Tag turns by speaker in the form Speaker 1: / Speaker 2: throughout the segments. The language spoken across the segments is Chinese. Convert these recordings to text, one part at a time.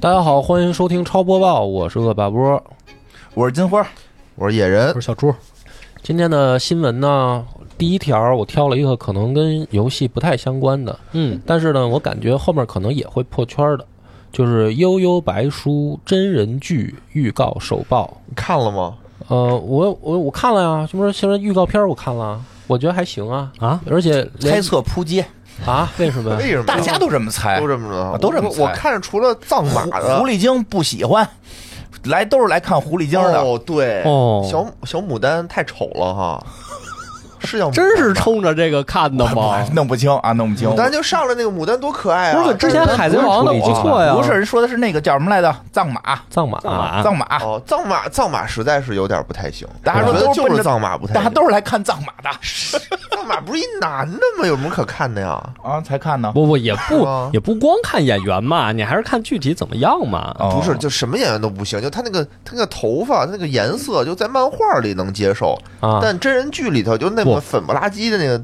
Speaker 1: 大家好，欢迎收听超播报，我是恶霸波。
Speaker 2: 我是金花，我是野人
Speaker 3: 我，是小猪，
Speaker 1: 今天的新闻呢，第一条我挑了一个可能跟游戏不太相关的，
Speaker 3: 嗯，
Speaker 1: 但是呢，我感觉后面可能也会破圈的，就是悠悠白书真人剧预告首曝。
Speaker 2: 你看了吗？
Speaker 1: 呃，我我我看了呀，什么现在预告片我看了啊，我觉得还行啊
Speaker 3: 啊，
Speaker 1: 而且
Speaker 2: 猜
Speaker 1: 连
Speaker 2: 测扑街，
Speaker 1: 啊，为什 么呀？
Speaker 4: 为什么？
Speaker 2: 大家
Speaker 4: 都这么猜
Speaker 2: 都这么着，
Speaker 4: 哎啊都这么
Speaker 2: 我
Speaker 4: 猜
Speaker 2: 我看着除了藏马
Speaker 4: 狐
Speaker 2: 的
Speaker 4: 狐狸精不喜欢，来都是来看狐狸精的。
Speaker 2: 哦，对，
Speaker 3: 哦
Speaker 2: 小小牡丹太丑了哈，是叫牡丹
Speaker 3: 真是
Speaker 2: 吧
Speaker 3: 冲着这个看的吗？
Speaker 4: 弄不清啊，弄不清
Speaker 2: 牡。丹就上来那个牡丹多可爱啊！
Speaker 3: 不是之前
Speaker 2: 但
Speaker 3: 海贼王的
Speaker 1: 不是
Speaker 3: 我
Speaker 1: 处理器
Speaker 3: 错呀，
Speaker 4: 不是人说的是那个叫什么来着？藏马，
Speaker 1: 藏马，
Speaker 3: 啊，
Speaker 4: 藏马，
Speaker 2: 哦，藏马藏马实在是有点不太行，
Speaker 4: 大家
Speaker 2: 我
Speaker 4: 说都
Speaker 2: 觉得
Speaker 4: 是奔
Speaker 2: 就
Speaker 4: 着
Speaker 2: 是藏马不太行，
Speaker 4: 大家都是来看藏马的
Speaker 2: 藏马不是一男的吗？有什么可看的呀？
Speaker 4: 啊，才看呢。
Speaker 3: 不不也
Speaker 2: 是
Speaker 3: 不
Speaker 2: 吗
Speaker 3: 也不光看演员嘛，你还是看具体怎么样嘛。
Speaker 4: 哦
Speaker 2: 不是，就什么演员都不行，就他那个他那个头发，他那个颜色，就在漫画里能接受，
Speaker 1: 啊，
Speaker 2: 但真人剧里头就那
Speaker 3: 不
Speaker 2: 么粉不拉几的那个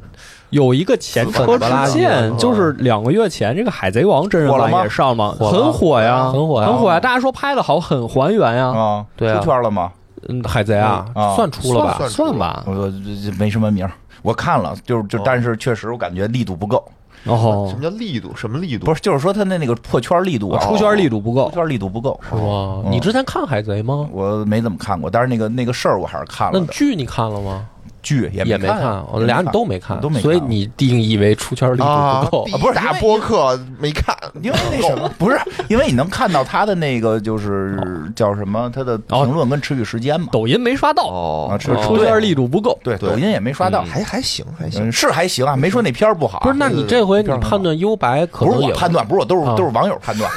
Speaker 3: 有一个前车
Speaker 2: 粉巴拉
Speaker 3: 之鉴，就是两个月前这个《海贼王》真人
Speaker 4: 火了
Speaker 3: 版
Speaker 4: 吗
Speaker 3: 也上了，
Speaker 1: 火了
Speaker 3: 很火呀，
Speaker 1: 很火呀
Speaker 3: 很火呀！大家说拍的好，很还原呀，
Speaker 4: 啊，
Speaker 1: 对啊
Speaker 4: 出圈了吗？
Speaker 1: 嗯海贼啊
Speaker 4: 嗯啊，
Speaker 1: 算出了吧？
Speaker 3: 算
Speaker 2: 算
Speaker 3: 算
Speaker 2: 出
Speaker 3: 吧。
Speaker 4: 我说这这没什么名儿，我看了，就是就
Speaker 2: 哦，
Speaker 4: 但是确实我感觉力度不够，
Speaker 3: 哦
Speaker 2: 什么，叫力度？什么力度？
Speaker 4: 不是，就是说他那那个破圈力度啊，
Speaker 3: 哦出圈力度不
Speaker 4: 出
Speaker 3: 够，
Speaker 4: 圈力度不够，
Speaker 1: 是吗？
Speaker 4: 嗯
Speaker 1: 你之前看海贼吗？
Speaker 4: 我没怎么看过，但是那个那个事儿我还是看
Speaker 1: 那
Speaker 4: 了的，
Speaker 1: 剧你看了吗？
Speaker 4: 剧也
Speaker 1: 也
Speaker 4: 没
Speaker 1: 没看，我俩你都没看，
Speaker 4: 都没看
Speaker 1: 所以你定义为出圈力度
Speaker 2: 啊
Speaker 1: 不够，
Speaker 2: 第
Speaker 4: 啊不
Speaker 2: 一
Speaker 4: 是
Speaker 2: 大
Speaker 4: 因为
Speaker 2: 播客没看，
Speaker 4: 因为那什么， 不是哦因为你能看到他的那个就是叫什么，他的
Speaker 1: 哦
Speaker 4: 评论跟持续时间嘛。
Speaker 3: 抖音没刷到，
Speaker 2: 哦
Speaker 4: 啊，
Speaker 3: 是
Speaker 4: 是
Speaker 3: 出圈力度不够。
Speaker 4: 对，
Speaker 2: 对
Speaker 4: 抖音也没刷到，
Speaker 2: 还还行还行
Speaker 4: 嗯，是还行啊，没说那片儿不好啊。
Speaker 1: 不是？那你这回你判断优白可
Speaker 4: 不是
Speaker 1: 能也
Speaker 4: 我判断，不是我，都是
Speaker 1: 啊
Speaker 4: 都是网友判断。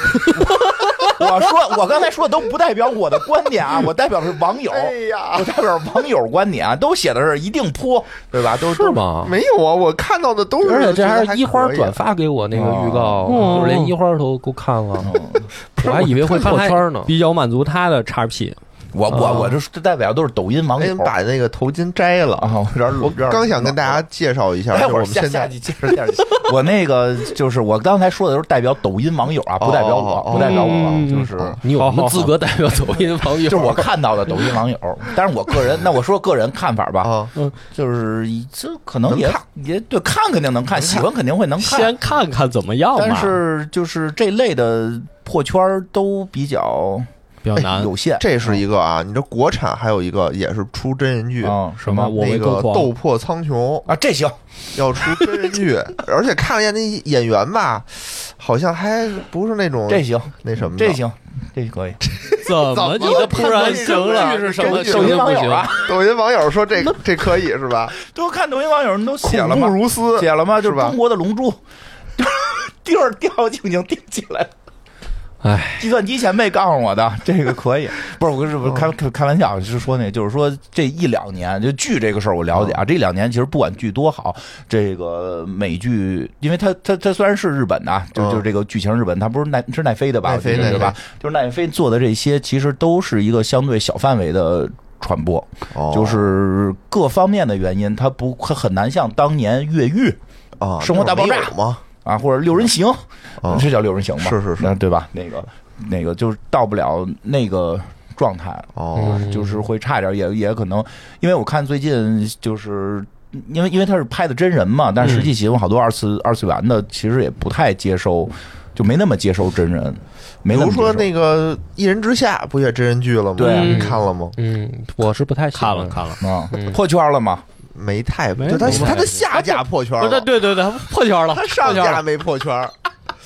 Speaker 4: 我说我刚才说的都不代表我的观点啊，我代表是网友，
Speaker 2: 哎呀，
Speaker 4: 我代表网友观点啊，都写的是一定扑，对吧？都
Speaker 1: 是？吗？
Speaker 2: 没有啊，我看到的都是，
Speaker 1: 而且这
Speaker 2: 还啊
Speaker 1: 是一花转发给我那个预告，
Speaker 3: 哦
Speaker 1: 就是连一花都都看了，
Speaker 4: 都嗯
Speaker 1: 我还以为会破圈呢。
Speaker 3: 比较满足他的叉 P，
Speaker 4: 我我我这代表都是抖音网
Speaker 2: 赶紧
Speaker 4: 友。
Speaker 2: 哎把那个头巾摘了。
Speaker 4: 啊，我有点
Speaker 2: 我
Speaker 4: 冷
Speaker 2: 刚想跟大家介绍一下，
Speaker 4: 待
Speaker 2: 就
Speaker 4: 会
Speaker 2: 是嗯哎我
Speaker 4: 儿
Speaker 2: 们
Speaker 4: 下
Speaker 2: 现
Speaker 4: 下
Speaker 2: 在
Speaker 4: 去接着接着。 我那个就是我刚才说的都是代表抖音网友啊，不代表
Speaker 2: 哦哦哦
Speaker 4: 我，不代表我，
Speaker 3: 嗯
Speaker 4: 就是
Speaker 1: 你有什么资格代表抖音网友？
Speaker 4: 就是我看到的抖音网友。但是我个人，那我说个人看法吧，
Speaker 2: 啊，
Speaker 4: 就是以这可能
Speaker 2: 能
Speaker 4: 也
Speaker 2: 看
Speaker 4: 也对，看肯定能看，喜欢肯定会能看
Speaker 3: 先，看看怎么样嘛。
Speaker 4: 但是就是这类的破圈儿都比较哎
Speaker 3: 比较难，
Speaker 4: 有限。
Speaker 2: 这是一个啊，你这国产还有一个也是出真人剧，
Speaker 4: 啊
Speaker 3: 什么我为
Speaker 2: 那
Speaker 3: 歌
Speaker 2: 个
Speaker 3: 狂
Speaker 2: 斗破苍穹
Speaker 4: 啊，这行
Speaker 2: 要出真人 剧，而且看了一眼那演员吧，好像还不是那嗯种
Speaker 4: 这行
Speaker 2: 那什么的
Speaker 4: 这行这可以，
Speaker 3: 怎么你的突然行了？
Speaker 2: 是什么
Speaker 4: 抖音网友啊，
Speaker 2: 抖音网友说这这可以是吧？
Speaker 4: 都看抖音网友人都写了
Speaker 2: 恐怖
Speaker 4: 吗？
Speaker 2: 如斯，
Speaker 4: 写了吗？就是
Speaker 2: 是吧
Speaker 4: 中国的龙珠， 地儿掉进已经定起来了。
Speaker 1: 哎，
Speaker 4: 计算机前辈告诉我的， 这个可以，嗯不是我是不是开开开玩笑，是说那，就是说这一两年就剧这个事儿我了解啊，这两年其实不管剧多好，这个美剧，因为它它它虽然是日本的啊，就
Speaker 2: 嗯
Speaker 4: 就是这个剧情日本，它不是奈是奈飞的吧？
Speaker 2: 奈飞
Speaker 4: 我记得
Speaker 2: 奈
Speaker 4: 是吧？就是奈飞做的这些，其实都是一个相对小范围的传播，就是各方面的原因，它不它很难像当年越狱
Speaker 2: 啊，
Speaker 4: 生活大爆炸
Speaker 2: 那会儿没有吗？
Speaker 4: 啊或者六人行，
Speaker 2: 啊，
Speaker 4: 是叫六人行吧？
Speaker 2: 是是是
Speaker 4: 那对吧？那个那个就是到不了那个状态了，
Speaker 2: 哦，
Speaker 1: 嗯
Speaker 4: 就是会差一点，也也可能，因为我看最近就是。因为因为他是拍的真人嘛，但
Speaker 1: 嗯
Speaker 4: 实际喜欢好多二次、二次元的，其实也不太接受，就没那么接受真人，
Speaker 2: 比
Speaker 4: 没那么
Speaker 2: 如
Speaker 4: 接
Speaker 2: 说
Speaker 4: 受
Speaker 2: 那个《一人之下》不也真人剧了吗？
Speaker 4: 对啊
Speaker 2: 你看了吗？
Speaker 1: 嗯，我是不太喜欢
Speaker 3: 看了看了，
Speaker 4: 啊、
Speaker 1: 嗯
Speaker 4: 破圈了嘛，
Speaker 2: 没太，
Speaker 3: 没
Speaker 2: 就他
Speaker 3: 没
Speaker 2: 他的下架破圈
Speaker 3: 不是
Speaker 2: 了，
Speaker 3: 对对对，破圈了，
Speaker 2: 他上
Speaker 3: 破圈
Speaker 2: 架
Speaker 3: 了。
Speaker 2: 没破圈。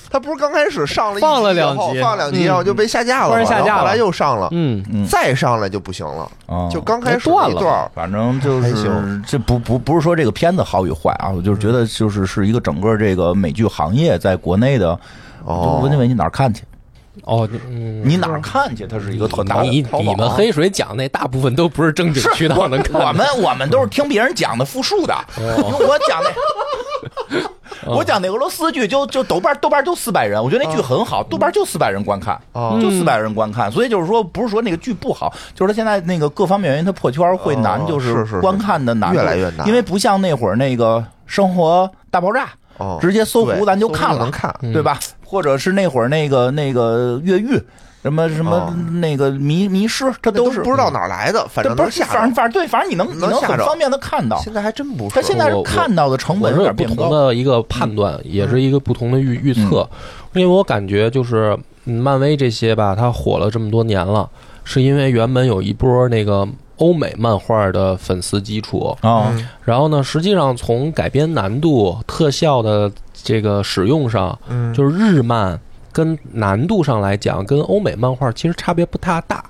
Speaker 2: 他不是刚开始上了一集以后
Speaker 3: 放了两集
Speaker 2: 放两集，然后就被下架了嘛，
Speaker 3: 突然下架了
Speaker 2: 然后后来又上了，
Speaker 3: 嗯，
Speaker 4: 嗯
Speaker 2: 再上来就不行了。
Speaker 4: 啊，
Speaker 2: 就刚开始
Speaker 3: 断
Speaker 2: 那
Speaker 3: 了
Speaker 2: 段儿，
Speaker 4: 反正就
Speaker 2: 还
Speaker 4: 是
Speaker 2: 行
Speaker 4: 这不不不是说这个片子好与坏啊，我就是觉得就是是一个整个这个美剧行业在国内的，
Speaker 2: 哦
Speaker 4: 问你问你哪儿看去？
Speaker 1: 哦，嗯
Speaker 4: 你哪儿看去？它是一个很大的
Speaker 1: 你
Speaker 4: 淘宝啊
Speaker 1: 你 们黑水讲那大部分都不是正经
Speaker 4: 是
Speaker 1: 渠
Speaker 4: 我
Speaker 1: 道能看
Speaker 4: 我们我们都是听别人讲的复述的，
Speaker 2: 哦
Speaker 4: 因为我讲那。我讲那俄罗斯剧就就豆瓣豆瓣就四百人，我觉得那剧很好，豆瓣就四百人观看，
Speaker 2: 哦
Speaker 4: 就四百人观看，所以就是说不是说那个剧不好，就是它现在那个各方面原因它破圈会难，
Speaker 2: 哦
Speaker 4: 就是
Speaker 2: 是是
Speaker 4: 观看的难度
Speaker 2: 越来越难
Speaker 4: 因为不像那会儿那个《生活大爆炸》
Speaker 2: 哦，
Speaker 4: 直接搜
Speaker 2: 对
Speaker 4: 狐咱就
Speaker 2: 搜狐
Speaker 4: 看了
Speaker 2: 能看，嗯
Speaker 4: 对吧？或者是那会儿那个那个越狱，什么什么
Speaker 2: 哦
Speaker 4: 那个迷迷失，这
Speaker 2: 那都
Speaker 4: 是
Speaker 2: 不知道哪儿来的，
Speaker 4: 这
Speaker 2: 反正
Speaker 4: 不
Speaker 2: 能
Speaker 4: 是，
Speaker 2: 下
Speaker 4: 反正
Speaker 2: 着。
Speaker 4: 反正对，反正你能你
Speaker 2: 能
Speaker 4: 能
Speaker 2: 吓
Speaker 4: 很
Speaker 2: 着
Speaker 4: 方便的看到。
Speaker 2: 现在还真不是，
Speaker 4: 他现在是
Speaker 1: 我
Speaker 4: 看到的成
Speaker 1: 我
Speaker 4: 本
Speaker 1: 是
Speaker 4: 有
Speaker 1: 有
Speaker 4: 点
Speaker 1: 不
Speaker 4: 变
Speaker 1: 同
Speaker 4: 高，嗯
Speaker 1: 的一个判断，也是一个不同的预预测，因为我感觉就是嗯漫威这些吧，它火了这么多年了，是因为原本有一波那个欧美漫画的粉丝基础，
Speaker 4: 啊
Speaker 2: 嗯
Speaker 1: 然后呢，实际上从改编难度、特效的这个使用上，
Speaker 2: 嗯，
Speaker 1: 就是日漫跟难度上来讲，跟欧美漫画其实差别不太大。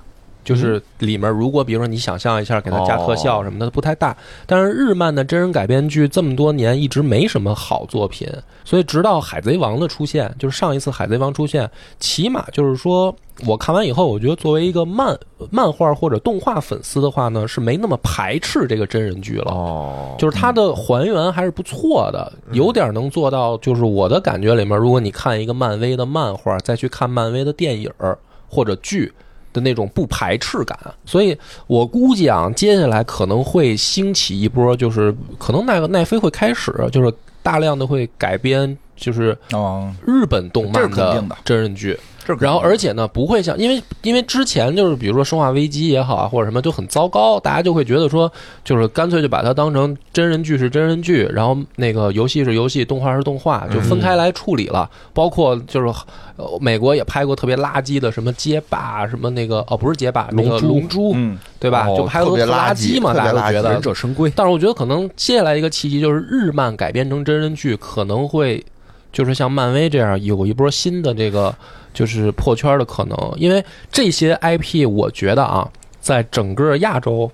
Speaker 1: 就是里面，如果比如说你想象一下，给它加特效什么的，不太大。但是日漫的真人改编剧这么多年一直没什么好作品，所以直到《海贼王》的出现，就是上一次《海贼王》出现，起码就是说我看完以后，我觉得作为一个漫漫画或者动画粉丝的话呢，是没那么排斥这个真人剧了。
Speaker 2: 哦，
Speaker 1: 就是它的还原还是不错的，有点能做到。就是我的感觉里面，如果你看一个漫威的漫画，再去看漫威的电影儿或者剧的那种不排斥感，所以我估计啊，接下来可能会兴起一波，就是可能奈奈飞会开始，就是大量的会改编，就是
Speaker 4: 哦，
Speaker 1: 日本动
Speaker 4: 这是
Speaker 1: 漫
Speaker 4: 肯定的
Speaker 1: 真人剧。
Speaker 4: 这个
Speaker 1: 然后而且呢，不会像因为因为之前就是比如说《生化危机》也好啊，或者什么就很糟糕，大家就会觉得说，就是干脆就把它当成真人剧是真人剧，然后那个游戏是游戏，动画是动画，就分开来处理了。包括就是、呃美国也拍过特别垃圾的什么街霸，什么那个哦不是街霸，那个
Speaker 3: 龙珠
Speaker 1: 龙珠，
Speaker 4: 嗯，
Speaker 1: 对吧？
Speaker 2: 哦
Speaker 1: 就拍过
Speaker 2: 特别
Speaker 1: 垃
Speaker 2: 垃
Speaker 1: 圾
Speaker 2: 圾
Speaker 1: 嘛，
Speaker 2: 特别
Speaker 1: 大家都觉
Speaker 2: 垃圾
Speaker 1: 得
Speaker 3: 忍者神龟，
Speaker 1: 但是我觉得可能接下来一个契机就是日漫改编成真人剧，可能会就是像漫威这样有一波新的这个就是破圈的可能，因为这些 IP 我觉得啊，在整个亚洲、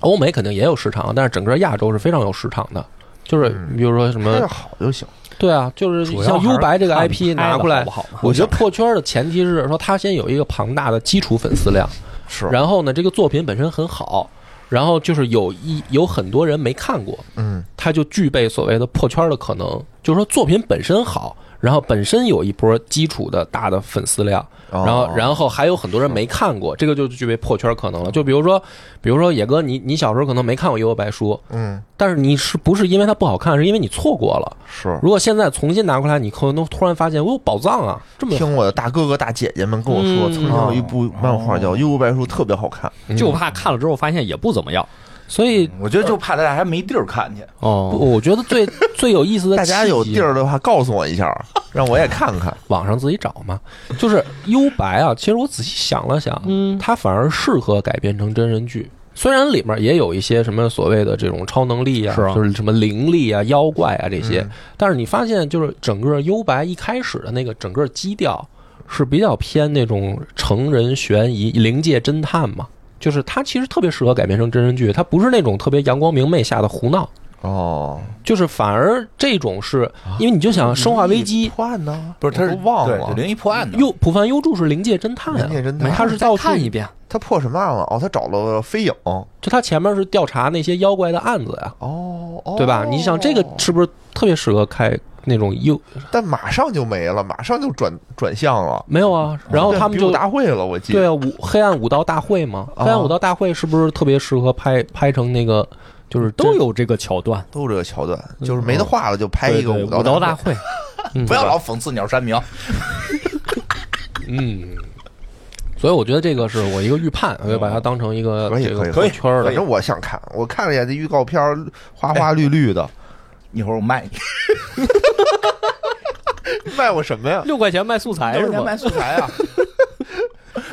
Speaker 1: 欧美肯定也有市场，啊但是整个亚洲是非常有市场的。就是
Speaker 2: 嗯
Speaker 1: 比如说什
Speaker 2: 拍
Speaker 1: 么
Speaker 2: 的，好就行。
Speaker 1: 对啊，就是
Speaker 3: 主要
Speaker 1: 像
Speaker 3: 还是
Speaker 1: 优白这个
Speaker 3: 看
Speaker 1: IP
Speaker 3: 拍得
Speaker 1: 拿过来
Speaker 3: 好不，好嘛？
Speaker 1: 我觉得破圈的前提是说他先有一个庞大的基础粉丝量，
Speaker 2: 是
Speaker 1: 然后呢，这个作品本身很好，然后就是有一有很多人没看过，
Speaker 2: 嗯，
Speaker 1: 它就具备所谓的破圈的可能，就是说作品本身好，然后本身有一波基础的大的粉丝量，
Speaker 2: 哦
Speaker 1: 然后然后还有很多人没看过，这个就具备破圈可能了。就比如说，比如说野哥，你你小时候可能没看过《幽游白书》，
Speaker 2: 嗯
Speaker 1: 但是你是不是因为它不好看，是因为你错过了？
Speaker 2: 是。
Speaker 1: 如果现在重新拿过来，你可能突然发现我有宝藏啊，这么
Speaker 2: 听我的大哥哥大姐姐们跟我说，
Speaker 1: 嗯
Speaker 2: 曾经有一部漫画叫《幽游白书》，特别好看。
Speaker 3: 就怕看了之后发现也不怎么样。
Speaker 1: 所以。
Speaker 4: 我觉得就怕大家还没地儿看去。
Speaker 1: 我
Speaker 3: 哦，
Speaker 1: 我觉得最最有意 思的，
Speaker 2: 大家有地儿的话，告诉我一下，让我也看看。
Speaker 1: 网上自己找嘛。就是幽白啊，其实我仔细想了想，
Speaker 3: 嗯
Speaker 1: 它反而适合改编成真人剧。虽然里面也有一些什么所谓的这种超能力啊，
Speaker 3: 是啊
Speaker 1: 就是什么灵力啊、妖怪啊这些，
Speaker 2: 嗯
Speaker 1: 但是你发现就是整个幽白一开始的那个整个基调是比较偏那种成人悬疑、灵界侦探嘛，就是它其实特别适合改编成真人剧，它不是那种特别阳光明媚下的胡闹，
Speaker 2: 哦，
Speaker 1: 就是反而这种是
Speaker 3: 啊
Speaker 1: 因为你就想《生化危机》
Speaker 2: 破案呢？
Speaker 4: 不是，他
Speaker 2: 我
Speaker 4: 是
Speaker 2: 都
Speaker 1: 哦
Speaker 2: 忘
Speaker 4: 对
Speaker 2: 了
Speaker 4: 灵异破案的，
Speaker 1: 幽浦饭幽助是灵界侦探啊，
Speaker 2: 灵界侦探
Speaker 1: 他是到处
Speaker 3: 再看一遍，
Speaker 2: 他破什么案了？哦，他找了飞影。哦
Speaker 1: 就他前面是调查那些妖怪的案子呀、
Speaker 2: 哦，
Speaker 1: 对吧？你想这个是不是特别适合开那种幽？
Speaker 2: 但马上就没了，马上就转转向了。
Speaker 1: 没有啊，然后他们
Speaker 2: 变比武
Speaker 1: 就
Speaker 2: 大会了，我记
Speaker 1: 对
Speaker 2: 得。
Speaker 1: 啊，武黑暗武道大会嘛，
Speaker 2: 啊
Speaker 1: 黑暗武道大会是不是特别适合拍拍成那个就是
Speaker 3: 都
Speaker 1: 真
Speaker 3: 有这个桥段。
Speaker 2: 都有这个桥段，就是没得画了，就拍一个
Speaker 3: 对对
Speaker 2: 道
Speaker 3: 武道
Speaker 2: 大
Speaker 3: 大
Speaker 2: 会。
Speaker 3: 会，
Speaker 4: 不要老讽刺鸟山明。
Speaker 1: 嗯。所以我觉得这个是我一个预判，我就把它当成一个
Speaker 2: 嗯可以
Speaker 1: 这个
Speaker 2: 可
Speaker 1: 破
Speaker 2: 以
Speaker 1: 圈儿
Speaker 2: 反
Speaker 1: 的
Speaker 2: 正。我想看，我看了一眼这预告片儿，花花绿绿的，
Speaker 4: 一会儿我卖你，
Speaker 2: 卖我什么呀？
Speaker 3: 六块钱卖素材
Speaker 4: 一
Speaker 3: 是
Speaker 4: 会儿
Speaker 3: 吗
Speaker 4: 卖？素材啊，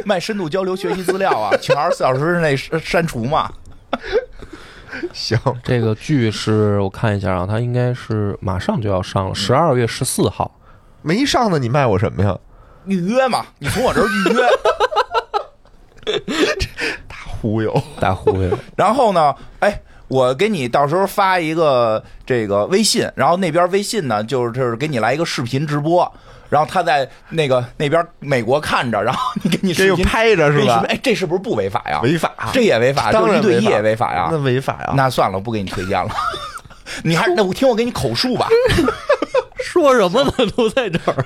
Speaker 4: 卖深度交流学习资料啊，请二十四小时之内删删除嘛。
Speaker 2: 行，
Speaker 1: 这个剧是我看一下啊，它应该是马上就要上
Speaker 2: 嗯
Speaker 1: 了，十二月十四 号。
Speaker 2: 没上呢，你卖我什么呀？
Speaker 4: 预约嘛，你从我这儿预约。
Speaker 2: 忽悠，
Speaker 1: 大忽悠，
Speaker 4: 然后呢，哎，我给你到时候发一个这个微信，然后那边微信呢，就是就是给你来一个视频直播，然后他在那个那边美国看着，然后你给你
Speaker 2: 这
Speaker 4: 视
Speaker 2: 又
Speaker 4: 频
Speaker 2: 拍着是
Speaker 4: 给你视
Speaker 2: 吧
Speaker 4: 频？哎，这是不是不违法呀？
Speaker 2: 违法，啊
Speaker 4: 这也违法，
Speaker 2: 当
Speaker 4: 这
Speaker 2: 然
Speaker 4: 一对一
Speaker 2: 法嗯
Speaker 4: 也违法呀
Speaker 2: 那。违法呀。
Speaker 4: 那算了，不给你推荐了。 你还那我听我给你口述吧，
Speaker 3: 说什么呢？都在这儿。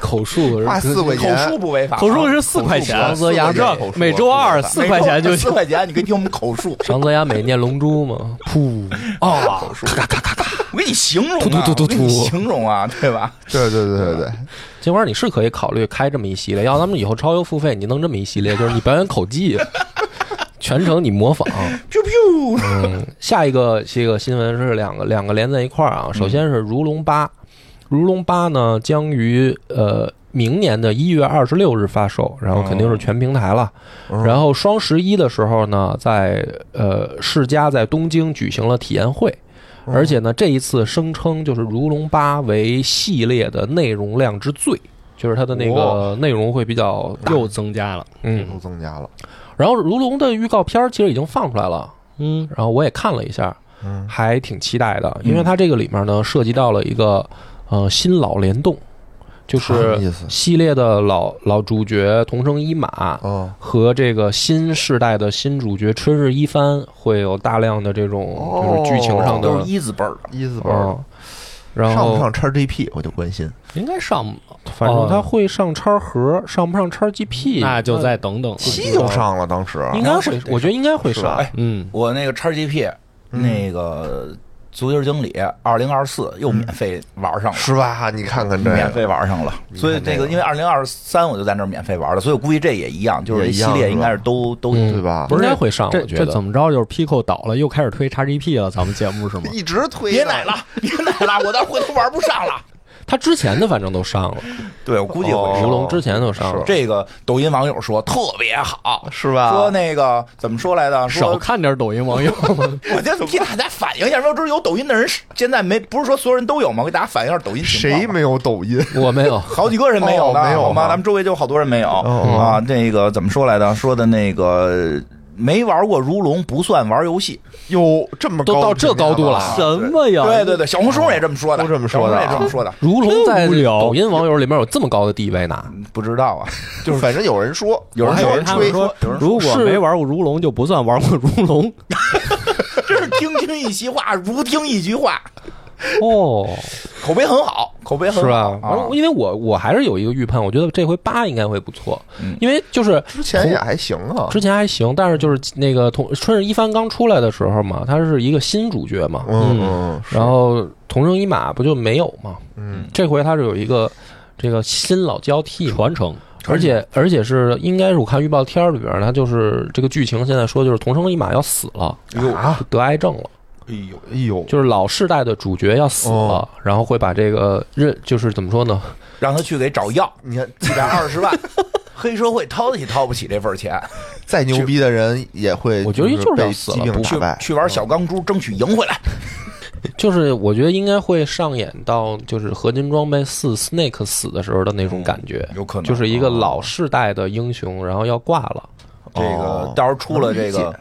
Speaker 1: 口述，
Speaker 2: 花四块
Speaker 4: 口
Speaker 2: 钱，
Speaker 4: 述不违法，哦
Speaker 3: 口述是四块钱
Speaker 1: 口述不违法
Speaker 3: 我知道
Speaker 2: 口述
Speaker 3: 每周二
Speaker 2: 不违法
Speaker 3: 四块钱就
Speaker 4: 四
Speaker 3: 行。
Speaker 4: 块钱，你给听我们口述
Speaker 1: 长泽雅美念《龙珠》嘛，噗，哦
Speaker 4: 啊，咔咔咔咔，我给你形容啊，
Speaker 1: 突突突突
Speaker 4: 我给你形容啊，对吧？
Speaker 2: 对对对对对，
Speaker 1: 金花你是可以考虑开这么一系列，要咱们以后超优付费，你弄这么一系列，就是你表演口技，全程你模仿。
Speaker 4: biu biu，
Speaker 1: 嗯，下一个这个新闻是两个两个连在一块儿啊，首先是《如龙八》，《如龙八》呢将于呃明年的一月二十六日发售，然后肯定是全平台了。
Speaker 2: 嗯
Speaker 1: 然后双十一的时候呢，在呃世嘉在东京举行了体验会。而且呢，这一次声称就是《如龙八》为系列的内容量之最，就是它的那个
Speaker 4: 哇
Speaker 1: 内容会比较大。
Speaker 3: 又增加了，
Speaker 1: 嗯，
Speaker 2: 又增加了，
Speaker 1: 然后《如龙》的预告片儿其实已经放出来了，
Speaker 3: 嗯，
Speaker 1: 然后我也看了一下，
Speaker 2: 嗯
Speaker 1: 还挺期待的，因为它这个里面呢涉及到了一个呃新老联动，就
Speaker 2: 什么
Speaker 1: 是
Speaker 2: 意思
Speaker 1: 系列的老老主角桐生一马
Speaker 2: 哦
Speaker 1: 和这个新世代的新主角春日一番会有大量的这种
Speaker 2: 哦
Speaker 1: 就是剧情上的
Speaker 4: 都是一字辈儿的，
Speaker 2: 一字辈儿
Speaker 1: 嗯，然
Speaker 2: 上不
Speaker 1: 后
Speaker 2: 上叉 GP 我就关心，
Speaker 3: 应该上，
Speaker 1: 反正它会上叉盒，上不上叉 GP，
Speaker 3: 那就
Speaker 1: 嗯
Speaker 3: 再等等。
Speaker 2: 七就上了，当时
Speaker 1: 应该会，我觉得应该会
Speaker 2: 是吧
Speaker 1: 上。
Speaker 4: 哎
Speaker 3: 嗯，
Speaker 4: 我那个叉 GP 那
Speaker 2: 嗯
Speaker 4: 个足球经理二零二四又免费玩上了。
Speaker 2: 是吧？你看看这
Speaker 4: 免
Speaker 2: 个，
Speaker 4: 费玩上了，所以这
Speaker 2: 这
Speaker 4: 个
Speaker 2: 个
Speaker 4: 因为二零二三我就在那儿免费玩了，所以我估计这也一样，就是这
Speaker 2: 也一
Speaker 4: 系
Speaker 2: 样
Speaker 4: 列应该
Speaker 2: 是
Speaker 4: 是
Speaker 2: 吧
Speaker 4: 都都
Speaker 1: 嗯
Speaker 2: 对吧？？
Speaker 1: 应该会上，
Speaker 3: 这
Speaker 1: 我觉
Speaker 3: 这
Speaker 1: 得
Speaker 3: 怎么着就是 Pico 倒了，又开始推 XGP 了，咱们节目 是吗
Speaker 2: 一直推
Speaker 4: 别
Speaker 2: 呢
Speaker 4: 奶了，别奶了，我到回头玩不上了。
Speaker 1: 他之前的反正都上了，
Speaker 4: 对，我估计
Speaker 2: 哦
Speaker 4: 会
Speaker 1: 如龙之前都上了。
Speaker 4: 啊这个抖音网友说特别好，
Speaker 2: 是吧？
Speaker 4: 说那个怎么说来的？
Speaker 3: 少
Speaker 4: 说
Speaker 3: 看点抖音网友，
Speaker 4: 我就替大家反映一下，要知道有抖音的人是现在没不是说所有人都有吗？我给大家反映一下抖音情况
Speaker 2: 谁
Speaker 4: 吧
Speaker 2: 没有抖音？
Speaker 1: 我没有，
Speaker 4: 好几个人没有呢，
Speaker 2: 哦没有
Speaker 4: 好吗？
Speaker 2: 啊
Speaker 4: 咱们周围就有好多人没有、
Speaker 2: 哦
Speaker 4: 啊。那个怎么说来的？说的那个没玩过如龙不算玩游戏。
Speaker 2: 哟，这么
Speaker 1: 都
Speaker 2: 高
Speaker 1: 到
Speaker 2: 的
Speaker 1: 这高
Speaker 2: 评
Speaker 1: 度了
Speaker 2: 价吧。
Speaker 3: 什么呀？
Speaker 4: 对对对，小红书也这么说的，
Speaker 2: 哦都这么说的啊
Speaker 4: 小红书也这么说的。
Speaker 1: 如龙在
Speaker 3: 真无聊
Speaker 1: 抖音网友里面有这么高的地位呢？
Speaker 4: 不知道啊，
Speaker 2: 就是反正有人说，
Speaker 4: 有人
Speaker 2: 还有
Speaker 4: 说
Speaker 2: 人
Speaker 3: 他们
Speaker 2: 吹，
Speaker 3: 说，
Speaker 4: 有人
Speaker 3: 如果
Speaker 1: 是
Speaker 3: 没玩过如龙，就不算玩过如龙。
Speaker 4: 真是听听一席话，如听一句话，
Speaker 1: 哦，
Speaker 4: 口碑很好，口碑很
Speaker 1: 是吧
Speaker 4: 好。？啊
Speaker 1: 反正因为我我还是有一个预判，我觉得这回八应该会不错
Speaker 4: 嗯，
Speaker 1: 因为就是
Speaker 2: 之前也还行啊。
Speaker 1: 之前还行，但是就是那个同春日一番刚出来的时候嘛，他是一个新主角嘛，
Speaker 2: 嗯嗯，
Speaker 1: 然后同生一马不就没有嘛，
Speaker 2: 嗯，
Speaker 1: 这回他是有一个这个新老交替嘛，
Speaker 3: 传承，
Speaker 1: 而且而且是应该是我看预告片儿里边儿，他就是这个剧情现在说就是同生一马要死了，
Speaker 2: 哟啊，
Speaker 1: 得癌症了，
Speaker 2: 哎呦哎呦，
Speaker 1: 就是老世代的主角要死了，
Speaker 2: 哦
Speaker 1: 然后会把这个认就是怎么说呢？
Speaker 4: 让他去给找药，
Speaker 2: 你看
Speaker 4: 一百二十万，黑社会掏得起掏不起这份儿钱，
Speaker 2: 再牛逼的人也会，
Speaker 1: 我觉得就是
Speaker 2: 被
Speaker 1: 要死
Speaker 2: 疾
Speaker 1: 了
Speaker 2: 病
Speaker 1: 不
Speaker 2: 打
Speaker 4: 去
Speaker 2: 败。
Speaker 4: 去玩小钢珠，争取赢回来。
Speaker 1: 就是我觉得应该会上演到就是合金装备四 Snake 死的时候的那种感觉，
Speaker 4: 嗯有可能
Speaker 1: 就是一个老世代的英雄，然后要挂了，
Speaker 4: 这个
Speaker 2: 哦
Speaker 4: 到时候出了这
Speaker 2: 能
Speaker 4: 个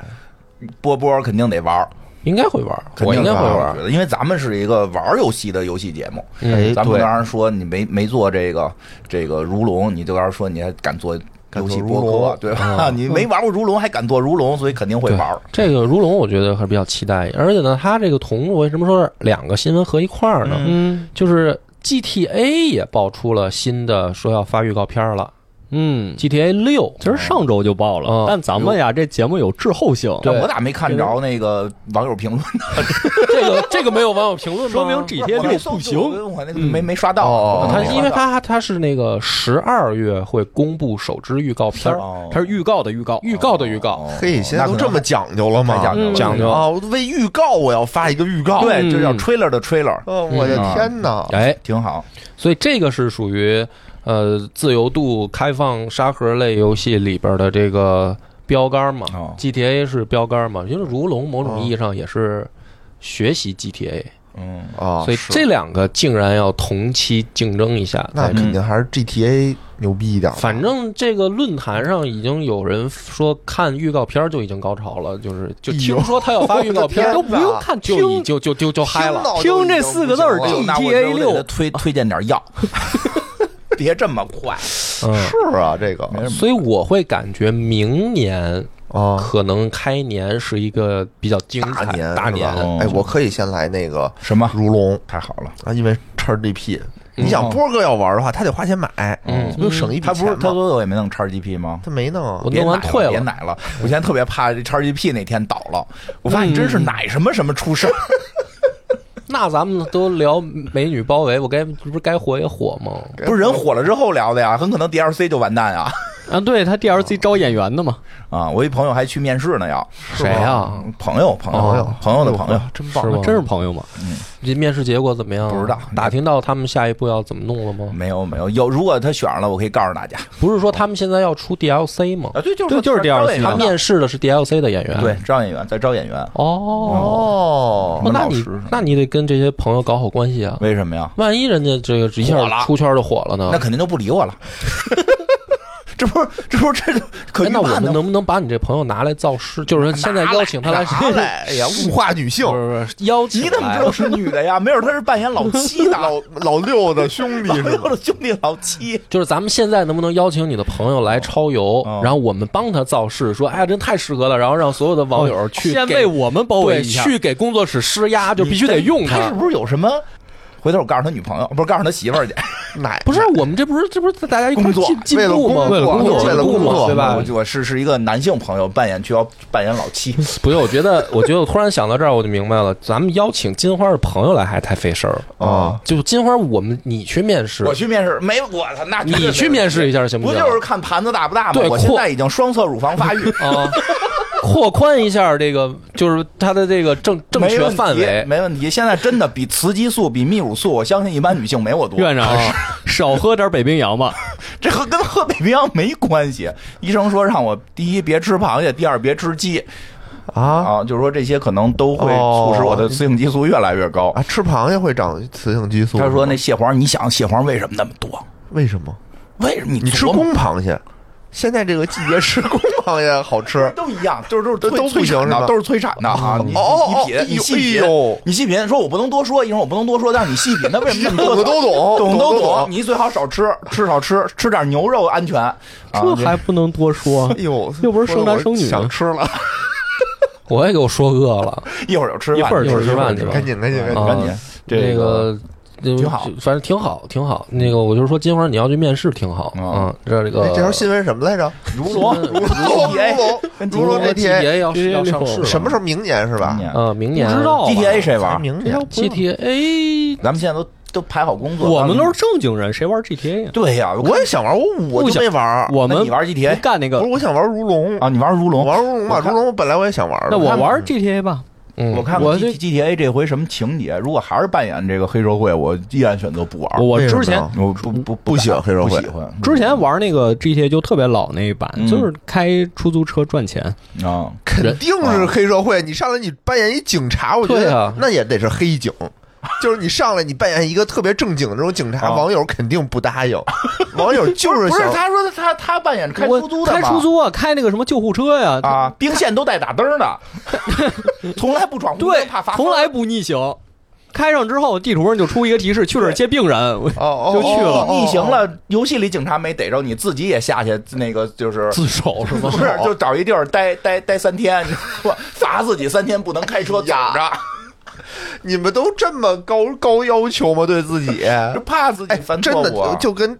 Speaker 4: 波波，肯定得玩儿，
Speaker 1: 应该会玩儿，
Speaker 4: 肯
Speaker 1: 我
Speaker 4: 定
Speaker 1: 应
Speaker 4: 得
Speaker 1: 该会
Speaker 4: 儿
Speaker 1: 玩
Speaker 4: 我
Speaker 1: 儿
Speaker 4: 觉。得因为咱们是一个玩儿游戏的游戏节目。
Speaker 2: 哎，
Speaker 4: 嗯咱们
Speaker 2: 对，
Speaker 4: 当然说你没没做这个这个如龙，你就当然说你还敢做
Speaker 2: 敢
Speaker 4: 游
Speaker 2: 做
Speaker 4: 戏
Speaker 2: 如
Speaker 4: 播客，
Speaker 2: 龙啊
Speaker 4: 对吧？ 你没玩过如龙还敢做如龙，所以肯定会
Speaker 1: 对
Speaker 4: 玩儿。
Speaker 1: 这个如龙，我觉得还是比较期待。而且呢，它这个同步为什么说是两个新闻合一块儿呢？
Speaker 3: 嗯
Speaker 1: 就是 GTA 也爆出了新的，说要发预告片了。
Speaker 3: 嗯，
Speaker 1: GTA 六，
Speaker 3: 其实上周就报了
Speaker 1: 嗯，
Speaker 3: 但咱们呀，这节目有滞后性，
Speaker 1: 对
Speaker 4: 我咋没看着那个网友评论呢？
Speaker 1: 这个这个没有网友评论吗
Speaker 3: 说明 GTA
Speaker 4: 我
Speaker 3: 六
Speaker 4: 没
Speaker 3: 不
Speaker 4: 搜
Speaker 3: 行。
Speaker 4: 我那个没没刷到。
Speaker 2: 哦
Speaker 4: 我
Speaker 1: 它
Speaker 4: 没刷
Speaker 1: 因为
Speaker 4: 到
Speaker 1: 它它是那个十二月会公布首支预告片儿，
Speaker 4: 哦
Speaker 3: 它是预告的预告，
Speaker 1: 预告的预告。
Speaker 4: 哦
Speaker 2: 嘿，现在都这么讲究了吗？
Speaker 4: 太讲究了嗯
Speaker 1: 讲究
Speaker 2: 啊！我为预告，我要发一个预告。
Speaker 4: 对，这叫
Speaker 3: 嗯
Speaker 4: trailer 的 trailer，
Speaker 2: 呃，我的天哪！
Speaker 1: 哎，
Speaker 4: 挺好。
Speaker 1: 所以这个是属于呃自由度开放沙盒类游戏里边的这个标杆嘛、
Speaker 4: 哦
Speaker 1: g t a 是标杆嘛，因为如龙某种意义上也是学习 GTA，、
Speaker 4: 嗯，
Speaker 2: 啊，
Speaker 1: 所以
Speaker 2: 是
Speaker 1: 这两个竟然要同期竞争一下，
Speaker 2: 那
Speaker 1: 在
Speaker 2: 肯定还是 GTA 牛逼一点吧。
Speaker 1: 反正这个论坛上已经有人说看预告片儿就已经高潮了，就是就听说他要发预告片
Speaker 2: 哎
Speaker 1: 儿
Speaker 2: 呦
Speaker 1: 都
Speaker 2: 我
Speaker 1: 不
Speaker 2: 的天哪
Speaker 1: 用
Speaker 4: 啊
Speaker 1: 看就已就就就就嗨
Speaker 2: 听
Speaker 1: 了。
Speaker 2: 到
Speaker 3: 听
Speaker 2: 就已
Speaker 3: 这
Speaker 2: 经
Speaker 3: 四
Speaker 2: 不
Speaker 3: 个字儿
Speaker 2: 行了
Speaker 3: 就
Speaker 4: 哎那我就
Speaker 3: GTA
Speaker 4: 得
Speaker 3: 六
Speaker 4: 给他推推荐点药，别这么快。
Speaker 1: 嗯，
Speaker 2: 是啊，这个
Speaker 4: 没什么
Speaker 1: 所以我会感觉明年
Speaker 2: 啊，
Speaker 1: 可能开年是一个比较精彩
Speaker 2: 大年
Speaker 1: 嗯大
Speaker 2: 是吧
Speaker 1: 年
Speaker 4: 哦
Speaker 2: 哎，我可以先来那个
Speaker 4: 什么
Speaker 2: 如龙
Speaker 4: 太好了，
Speaker 2: 啊，因为叉 GP 你想波哥要玩的话，他得花钱买，
Speaker 1: 嗯
Speaker 2: 这不就省一笔
Speaker 4: 他不
Speaker 2: 钱
Speaker 4: 是他
Speaker 2: 吗？
Speaker 4: 说我也没弄叉 GP 吗？
Speaker 2: 他没弄，啊
Speaker 1: 我
Speaker 4: 别
Speaker 1: 弄完
Speaker 4: 奶
Speaker 1: 退
Speaker 4: 别
Speaker 1: 了，
Speaker 4: 奶了。我现在特别怕这叉 GP 哪天倒了，我发现真是奶什么什么出事儿。
Speaker 1: 那咱们都聊美女包围，我该不是该火也火吗？
Speaker 4: 不是人火了之后聊的呀，很可能 DLC 就完蛋啊！
Speaker 3: 啊，对他 DLC 招演员的嘛，
Speaker 4: 啊，我一朋友还去面试呢，要
Speaker 1: 谁啊呀？
Speaker 4: 朋友朋
Speaker 2: 朋
Speaker 4: 友
Speaker 2: 友
Speaker 4: 朋友的朋友，
Speaker 2: 真
Speaker 1: 是
Speaker 2: 棒，
Speaker 1: 吗？
Speaker 3: 啊真是朋友嘛。
Speaker 1: 这面试结果怎么样？
Speaker 4: 不知道
Speaker 1: 打听到他们下一步要怎么弄了吗？
Speaker 4: 没有没有有，如果他选上了，我可以告诉大家
Speaker 1: 不是说他们现在要出 DLC 吗？
Speaker 4: 啊，对，就是
Speaker 3: 对就是
Speaker 4: 招
Speaker 3: DLC
Speaker 4: 演员
Speaker 1: 他
Speaker 4: 嘛
Speaker 1: 面试的是 DLC 的演员。
Speaker 4: 对，招演员在招演员，
Speaker 1: 哦，
Speaker 2: 哦，
Speaker 1: 那
Speaker 4: 老
Speaker 1: 你
Speaker 4: 师
Speaker 1: 那你得跟这些朋友搞好关系啊，
Speaker 4: 为什么呀？
Speaker 1: 万一人家这个一
Speaker 4: 火
Speaker 1: 下
Speaker 4: 了
Speaker 1: 出圈就火了呢？
Speaker 4: 那肯定都不理我了。 这不是这不是这可
Speaker 1: 哎
Speaker 4: 预
Speaker 1: 那我
Speaker 4: 判
Speaker 1: 们
Speaker 4: 的吗。
Speaker 1: 能不能把你这朋友拿来造 势？就是说现在邀请他来，
Speaker 2: 拿 来哎呀，物化女性
Speaker 1: 不，是不是邀请
Speaker 4: 你
Speaker 1: 来，
Speaker 4: 怎么知道是女的呀？没准她是扮演老七的，
Speaker 2: 老老六的兄弟
Speaker 4: 老
Speaker 2: 是
Speaker 4: 六
Speaker 2: 吧？
Speaker 4: 的兄弟老七。
Speaker 1: 就是咱们现在能不能邀请你的朋友来超游，
Speaker 4: 哦
Speaker 1: 然后我们帮他造势，说哎呀真太适合了，然后让所有的网友去
Speaker 3: 先
Speaker 1: 给
Speaker 3: 为我们包围
Speaker 1: 对
Speaker 3: 一下，哦
Speaker 1: 去给工作室施压，就必须得用
Speaker 4: 他哎是
Speaker 1: 它。
Speaker 4: 不是有什么？回头我告诉他女朋友，不是告诉他媳妇儿去。
Speaker 2: 奶
Speaker 1: 不是我们这不是这不是大家一块儿
Speaker 4: 工作
Speaker 1: 进进
Speaker 2: 为了
Speaker 1: 步吗？
Speaker 2: 工作
Speaker 1: 为
Speaker 2: 为了
Speaker 1: 进步
Speaker 2: 工
Speaker 1: 嘛，
Speaker 2: 作
Speaker 1: 对吧
Speaker 4: 我？我是是一个男性朋友扮演，就要扮演老七。
Speaker 1: 不是，我觉得， 我觉得我突然想到这儿，我就明白了，咱们邀请金花的朋友来还太费事儿了。
Speaker 2: 啊，
Speaker 1: 就金花，我们你去面试
Speaker 4: 我，去面试，没我操，那绝对没
Speaker 1: 你去面试一下行
Speaker 4: 不
Speaker 1: 行？
Speaker 4: 就是看盘子大不大吗
Speaker 1: 对？
Speaker 4: 我现
Speaker 1: 扩
Speaker 4: 在已经双侧乳房发育，
Speaker 1: 啊，扩宽一下这个，就是他的这个正 正
Speaker 4: 没
Speaker 1: 确
Speaker 4: 问题
Speaker 1: 范围。
Speaker 4: 没问题。现在真的比雌激素、比泌乳素，我相信一般女性没我多。
Speaker 3: 院长 少喝点北冰洋吧。
Speaker 4: 这和跟喝北冰洋没关系。医生说让我第一别吃螃蟹，第二别吃鸡
Speaker 2: 啊哦
Speaker 4: 啊，就是说这些可能都会促使我的雌性激素越来越高。
Speaker 2: 啊，吃螃蟹会长雌性激素吗？
Speaker 4: 他说那蟹黄，你想蟹黄为什么那么多？
Speaker 2: 为什么？
Speaker 4: 为什么你
Speaker 2: 你吃
Speaker 4: 琢磨。
Speaker 2: 公螃蟹，现在这个季节吃公螃蟹好吃
Speaker 4: 都一样，就是都是
Speaker 2: 都都
Speaker 4: 催
Speaker 2: 不行
Speaker 4: 产
Speaker 2: 是
Speaker 4: 的，
Speaker 2: 吧
Speaker 4: 都是催产的啊！你
Speaker 2: 哦
Speaker 4: 你
Speaker 2: 哦
Speaker 4: 你细
Speaker 2: 哎
Speaker 4: 品
Speaker 2: 呦哎呦，
Speaker 4: 你细品，说我不能多说，一会儿我不能多说，但是你细品，那为什么那么多？
Speaker 2: 我都懂
Speaker 4: 懂
Speaker 2: 懂
Speaker 4: 都
Speaker 2: 都懂
Speaker 4: 你最好少吃，吃少吃，吃点牛肉安全。啊
Speaker 3: 这还不能多说
Speaker 2: 哎，呦，
Speaker 3: 又不是生男生女
Speaker 2: 说得我想吃了，
Speaker 1: 我也给我说饿了，
Speaker 4: 一会儿就吃饭，
Speaker 3: 一会儿
Speaker 1: 就吃饭去吧
Speaker 2: 赶紧赶紧赶紧
Speaker 1: 啊
Speaker 4: 赶紧
Speaker 1: 那
Speaker 4: 这
Speaker 1: 个。挺
Speaker 4: 挺好
Speaker 1: 反正挺好，挺好。那个，我就是说，金花你要去面试挺好，
Speaker 4: 啊
Speaker 1: 嗯，这这个
Speaker 2: 哎这条新闻什么来着？
Speaker 4: 如龙，如龙
Speaker 2: 如
Speaker 4: GTA
Speaker 2: 龙，如龙
Speaker 1: 龙
Speaker 2: GTA
Speaker 1: 要
Speaker 3: 这
Speaker 1: 要上
Speaker 3: 六
Speaker 1: 市了，
Speaker 2: 什么时候？明年是吧？
Speaker 1: 呃，明年
Speaker 3: 不知道
Speaker 4: GTA 谁
Speaker 2: 才
Speaker 4: 玩？
Speaker 2: 明年
Speaker 1: GTA，
Speaker 4: 咱们现在都都排好工作，
Speaker 3: 我
Speaker 4: 咱
Speaker 3: 们都是正经人，谁玩 GTA 呀？
Speaker 4: 对呀，
Speaker 2: 我也哎想玩，我我就没啊玩儿。
Speaker 3: 我
Speaker 4: 那
Speaker 3: 们
Speaker 4: 你玩
Speaker 3: 不
Speaker 4: GTA
Speaker 3: 干那
Speaker 2: 不
Speaker 3: 个
Speaker 2: 是，，我想玩如龙
Speaker 4: 啊？，你玩如
Speaker 2: 我
Speaker 4: 龙？
Speaker 2: 玩如龙吧。
Speaker 4: 我看
Speaker 2: 如龙本来我也想玩的。
Speaker 3: 那我玩 GTA 吧。
Speaker 1: 嗯，
Speaker 4: 我看
Speaker 3: 我
Speaker 4: 看
Speaker 3: 这
Speaker 4: G T A 这回什么情节？如果还是扮演这个黑社会，我依然选择不玩。
Speaker 3: 我
Speaker 2: 为什么
Speaker 3: 之前
Speaker 2: 呀
Speaker 4: 我不不
Speaker 2: 不喜欢
Speaker 4: 敢
Speaker 2: 黑社会
Speaker 4: 不喜欢
Speaker 3: 之前玩那个 GTA 就特别老那一版，
Speaker 4: 嗯
Speaker 3: 就是开出租车赚钱。
Speaker 4: 啊。
Speaker 2: 肯定是黑社会。你上来你扮演一警察，我觉
Speaker 1: 对
Speaker 2: 得
Speaker 1: 啊
Speaker 2: 那也得是黑警。就是你上来，你扮演一个特别正经的这种警察，
Speaker 4: 啊
Speaker 2: 网友肯定不答应。网友就是
Speaker 4: 不是
Speaker 2: 想，
Speaker 4: 他说他他扮演开
Speaker 3: 我
Speaker 4: 出租的
Speaker 3: 开
Speaker 4: 嘛
Speaker 3: 出租啊，开那个什么救护车呀、
Speaker 4: 啊，兵线都带打灯的，从来不闯红
Speaker 3: 对
Speaker 4: 灯，怕罚，
Speaker 3: 从
Speaker 4: 分
Speaker 3: 来不逆行。开上之后，地图上就出一个提示，去这儿接病人。 我
Speaker 2: 哦哦，
Speaker 3: 就去了
Speaker 2: 哦
Speaker 4: 逆行。了。游戏里警察没逮着你，自己也下去那个就是
Speaker 1: 自首是
Speaker 4: 不
Speaker 1: 吗？
Speaker 4: 是，就找一地儿待待待三天，你知道吧罚自己三天不能开车走 着，
Speaker 2: 哦你们都这么高高要求吗？对 自己？
Speaker 4: 就怕自己
Speaker 2: 哎，
Speaker 4: 犯
Speaker 2: 真
Speaker 4: 错
Speaker 2: 的
Speaker 4: 误啊。
Speaker 2: 就就跟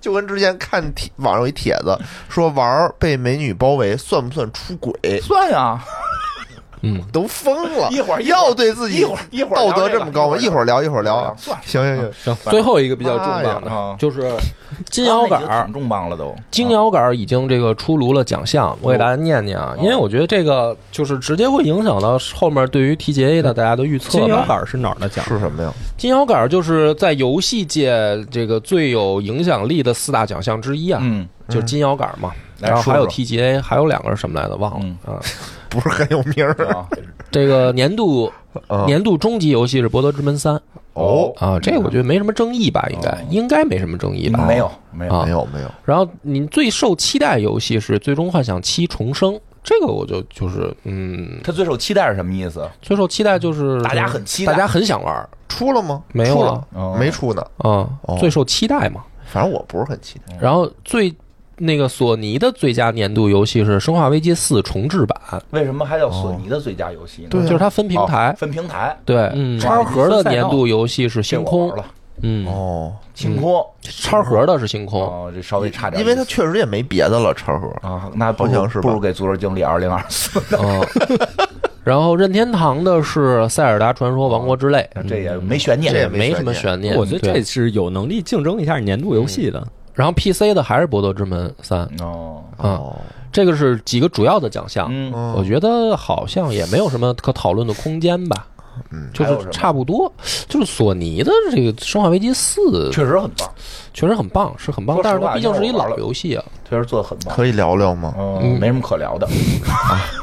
Speaker 2: 就跟之前看帖网上有一帖子说玩儿被美女包围算不算出轨，
Speaker 4: 算啊呀，
Speaker 1: 嗯，
Speaker 2: 都疯了。
Speaker 4: 一会儿一会儿
Speaker 2: 要对自己
Speaker 4: 一会儿一会儿
Speaker 2: 道
Speaker 4: 聊
Speaker 2: 德
Speaker 4: 这
Speaker 2: 这
Speaker 4: 个
Speaker 2: 么高吗？
Speaker 4: 一
Speaker 2: 一
Speaker 4: 会
Speaker 2: 会
Speaker 4: 儿
Speaker 2: 儿聊一会儿聊啊。
Speaker 4: 算了
Speaker 2: 行行行，
Speaker 1: 行，哎最后一个比较重
Speaker 2: 妈呀
Speaker 1: 磅的
Speaker 4: 啊，
Speaker 1: 就是金摇杆儿
Speaker 4: 挺。重磅了都，
Speaker 1: 金摇杆儿已经这个出炉了奖项，我给大家念念
Speaker 4: 哦
Speaker 1: 啊，因为我觉得这个就是直接会影响到后面对于 TGA
Speaker 4: 嗯
Speaker 1: 的大家的预测吧。
Speaker 3: 金摇杆儿是哪儿的奖？
Speaker 2: 是什么呀？
Speaker 1: 金摇杆儿就是在游戏界这个最有影响力的四大奖项之一啊，
Speaker 4: 嗯，
Speaker 1: 就是金摇杆儿嘛。
Speaker 4: 来
Speaker 1: 然后还有
Speaker 4: 说
Speaker 1: TGA，还有两个是什么来的忘了
Speaker 4: 嗯
Speaker 1: 啊。
Speaker 2: 不是很有名儿
Speaker 4: 啊
Speaker 1: 这个年度
Speaker 2: 啊
Speaker 1: 年度终极游戏是《博德之门三》
Speaker 2: 哦，
Speaker 1: 啊，这个我觉得没什么争议吧，应该
Speaker 4: 哦嗯
Speaker 1: 应该没什么争议吧。
Speaker 4: 没有没有
Speaker 1: 啊
Speaker 2: 没有没有，
Speaker 1: 然后你最受期待游戏是《最终幻想七重生》，这个我就就是嗯，
Speaker 4: 他最受期待是什么意思？
Speaker 1: 最受期待就是
Speaker 4: 大家很期待
Speaker 1: 大家很想玩儿，
Speaker 2: 出了吗？
Speaker 1: 没有
Speaker 2: 出
Speaker 1: 啊
Speaker 2: 了
Speaker 4: 哦，
Speaker 2: 没出呢。
Speaker 1: 啊
Speaker 2: 哦，
Speaker 1: 最受期待嘛。
Speaker 2: 反正我不是很期待。
Speaker 1: 然后最那个索尼的最佳年度游戏是《生化危机四》重置版，
Speaker 4: 为什么还叫
Speaker 2: 哦
Speaker 4: 索尼的最佳游戏呢？
Speaker 2: 对啊
Speaker 1: 就是它分平
Speaker 4: 哦
Speaker 1: 台。
Speaker 4: 分平台，
Speaker 1: 对
Speaker 3: 嗯，
Speaker 1: 叉盒的年
Speaker 3: 赛道
Speaker 1: 度游戏是《星
Speaker 4: 这我
Speaker 1: 空
Speaker 4: 玩》了
Speaker 1: 嗯，
Speaker 2: 哦，
Speaker 4: 清空
Speaker 1: 插盒的是星空，
Speaker 4: 哦，这稍微差点意思，
Speaker 2: 因为它确实也没别的了，超盒。
Speaker 4: 啊，那不
Speaker 2: 好
Speaker 4: 如
Speaker 2: 像是吧
Speaker 4: 不如给足球经理二零二四，
Speaker 1: 嗯， 然后任天堂的是《塞尔达传说：王国之泪》，
Speaker 4: 这也没悬念，
Speaker 2: 这也
Speaker 1: 嗯没什么悬念。
Speaker 3: 我觉得
Speaker 1: 对
Speaker 3: 这是有能力竞争一下年度游戏的。
Speaker 4: 嗯
Speaker 1: 然后 PC 的还是《博德之门三》
Speaker 4: 哦，
Speaker 1: 啊，
Speaker 2: 哦，
Speaker 1: 这个是几个主要的奖项。
Speaker 4: 嗯，
Speaker 2: 嗯
Speaker 1: 我觉得好像也没有什么可讨论的空间吧，
Speaker 2: 嗯
Speaker 1: 就
Speaker 4: 还有什
Speaker 1: 是
Speaker 4: 么
Speaker 1: 差不多，就是索尼的这个《生化危机四》
Speaker 4: 确实很棒，
Speaker 1: 确实很棒，是很棒，
Speaker 4: 说实
Speaker 1: 但是它
Speaker 4: 话
Speaker 1: 毕竟是一
Speaker 4: 要我玩
Speaker 1: 老
Speaker 4: 了
Speaker 1: 游戏 啊，
Speaker 4: 确实做的很棒。
Speaker 2: 可以聊聊吗？
Speaker 4: 嗯，
Speaker 1: 嗯
Speaker 4: 没什么可聊的，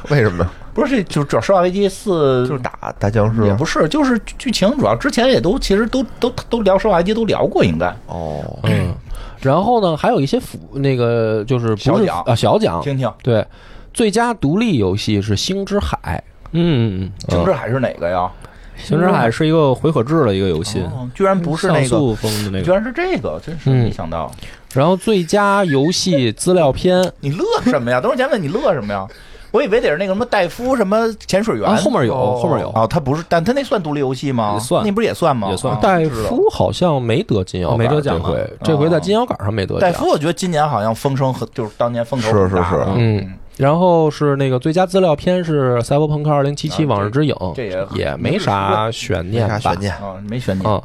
Speaker 2: 为什么呀？
Speaker 4: 不是这就主要《生化危机四》
Speaker 2: 就是打打僵尸
Speaker 4: 也
Speaker 2: 吗。
Speaker 4: 不是，就是剧剧情主要之前也都其实都都都聊《生化危机》都聊过，应该
Speaker 2: 哦，
Speaker 1: 嗯，然后呢，还有一些辅那个就是不
Speaker 4: 小
Speaker 1: 是
Speaker 4: 奖
Speaker 1: 啊小奖，
Speaker 4: 听听
Speaker 1: 对，最佳独立游戏是《星之海
Speaker 3: 嗯，嗯嗯，
Speaker 4: 《星之海》是哪个呀？
Speaker 3: 星之海是一个回合制的一个游戏，
Speaker 4: 哦居然不是那
Speaker 3: 像
Speaker 4: 个，
Speaker 3: 素风的那
Speaker 4: 居
Speaker 3: 个。
Speaker 4: 然是这个，真是
Speaker 1: 嗯
Speaker 4: 没想到。》，
Speaker 1: 然后最佳游戏资料片
Speaker 4: 你乐什么呀？等会儿前问你乐什么呀？我以为得是那个什么戴夫什么潜水员
Speaker 3: 啊，后面有，
Speaker 2: 哦
Speaker 3: 后面有，
Speaker 4: 哦，他不是，但他那算独立游戏吗？
Speaker 3: 也算
Speaker 4: 那不是也算吗？
Speaker 3: 也算
Speaker 4: 啊
Speaker 1: 戴
Speaker 4: 知道
Speaker 1: 夫好像没得金摇
Speaker 3: 哦
Speaker 1: 杆，
Speaker 3: 没得奖
Speaker 1: 这
Speaker 3: 了
Speaker 1: 回这回在金摇杆上没得
Speaker 4: 戴
Speaker 1: 奖。
Speaker 4: 夫，我觉得今年好像风声很，就是当年风头很大啊
Speaker 2: 是是是
Speaker 1: 嗯，然后是那个最佳资料片是《赛博朋克2077：
Speaker 4: 啊这
Speaker 1: 往日之影》，
Speaker 4: 这也
Speaker 1: 也没啥悬
Speaker 2: 没
Speaker 1: 念吧？
Speaker 2: 啥悬念。
Speaker 4: 啊，没悬念。
Speaker 1: 啊。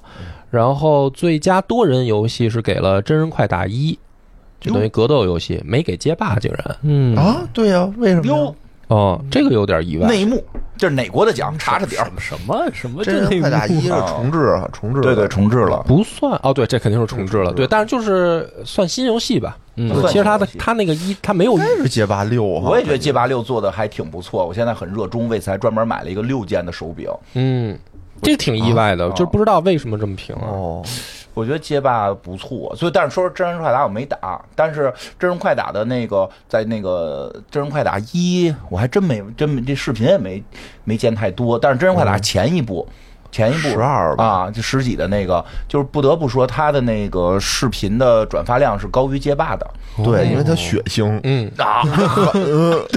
Speaker 1: 然后最佳多人游戏是给了《真人快打一》，就等于格斗游戏，没给街霸，竟然
Speaker 3: 嗯，
Speaker 2: 啊，对呀、为什么呀
Speaker 4: 哟，
Speaker 1: 哦，这个有点意外。
Speaker 4: 内幕，这是哪国的奖？查查点儿。
Speaker 3: 什么什么
Speaker 2: 真
Speaker 3: 这
Speaker 2: 人快打一是
Speaker 4: 啊
Speaker 2: 重置啊，重置的
Speaker 4: 对对，重置了。
Speaker 1: 不算哦，对，这肯定是重置了，
Speaker 2: 重置
Speaker 1: 对，但是就是算新游戏吧。
Speaker 3: 嗯
Speaker 1: 对
Speaker 4: 算
Speaker 1: 其实它的
Speaker 4: 新游戏哎
Speaker 1: 它那个一，它没有
Speaker 2: 应该是街霸六哈。
Speaker 4: 我也觉得街霸六做的还挺不错，我现在很热衷，为此还专门买了一个六键的手柄。
Speaker 1: 嗯，这挺意外的，
Speaker 4: 啊
Speaker 1: 就不知道为什么这么评啊。
Speaker 2: 哦，
Speaker 4: 我觉得街霸不错，所以但是说真人快打我没打，但是真人快打的那个在那个真人快打一，我还真没真没这视频也没没见太多，但是真人快打前一部。前一部
Speaker 2: 12吧
Speaker 4: 啊，就十几的那个，就是不得不说他的那个视频的转发量是高于街霸的
Speaker 2: 对，因为它血腥。
Speaker 1: 嗯，
Speaker 4: 啊，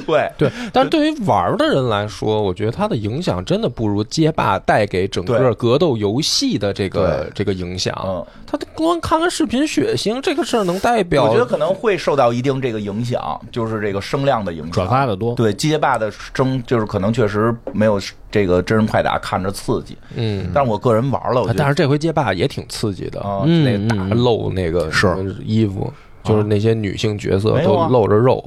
Speaker 4: 对
Speaker 1: 对，但是对于玩儿的人来说，我觉得它的影响真的不如街霸带给整
Speaker 4: 对
Speaker 1: 个格斗游戏的这个这个影响
Speaker 4: 嗯。
Speaker 1: 他光看看视频血腥这个事儿能代表，
Speaker 4: 我觉得可能会受到一定这个影响，就是这个声量的影响，
Speaker 3: 转发的多，
Speaker 4: 对街霸的争，就是可能确实没有这个真人快打看着刺激，
Speaker 1: 嗯。
Speaker 4: 但是我个人玩了，我觉
Speaker 1: 但
Speaker 4: 得
Speaker 1: 是这回街霸也挺刺激的，
Speaker 4: 啊
Speaker 1: 那个
Speaker 3: 嗯，
Speaker 1: 大
Speaker 3: 嗯
Speaker 1: 露那个
Speaker 2: 是
Speaker 1: 什么衣服，就是那些女性角色
Speaker 4: 没有
Speaker 1: 都
Speaker 4: 啊
Speaker 1: 露着肉，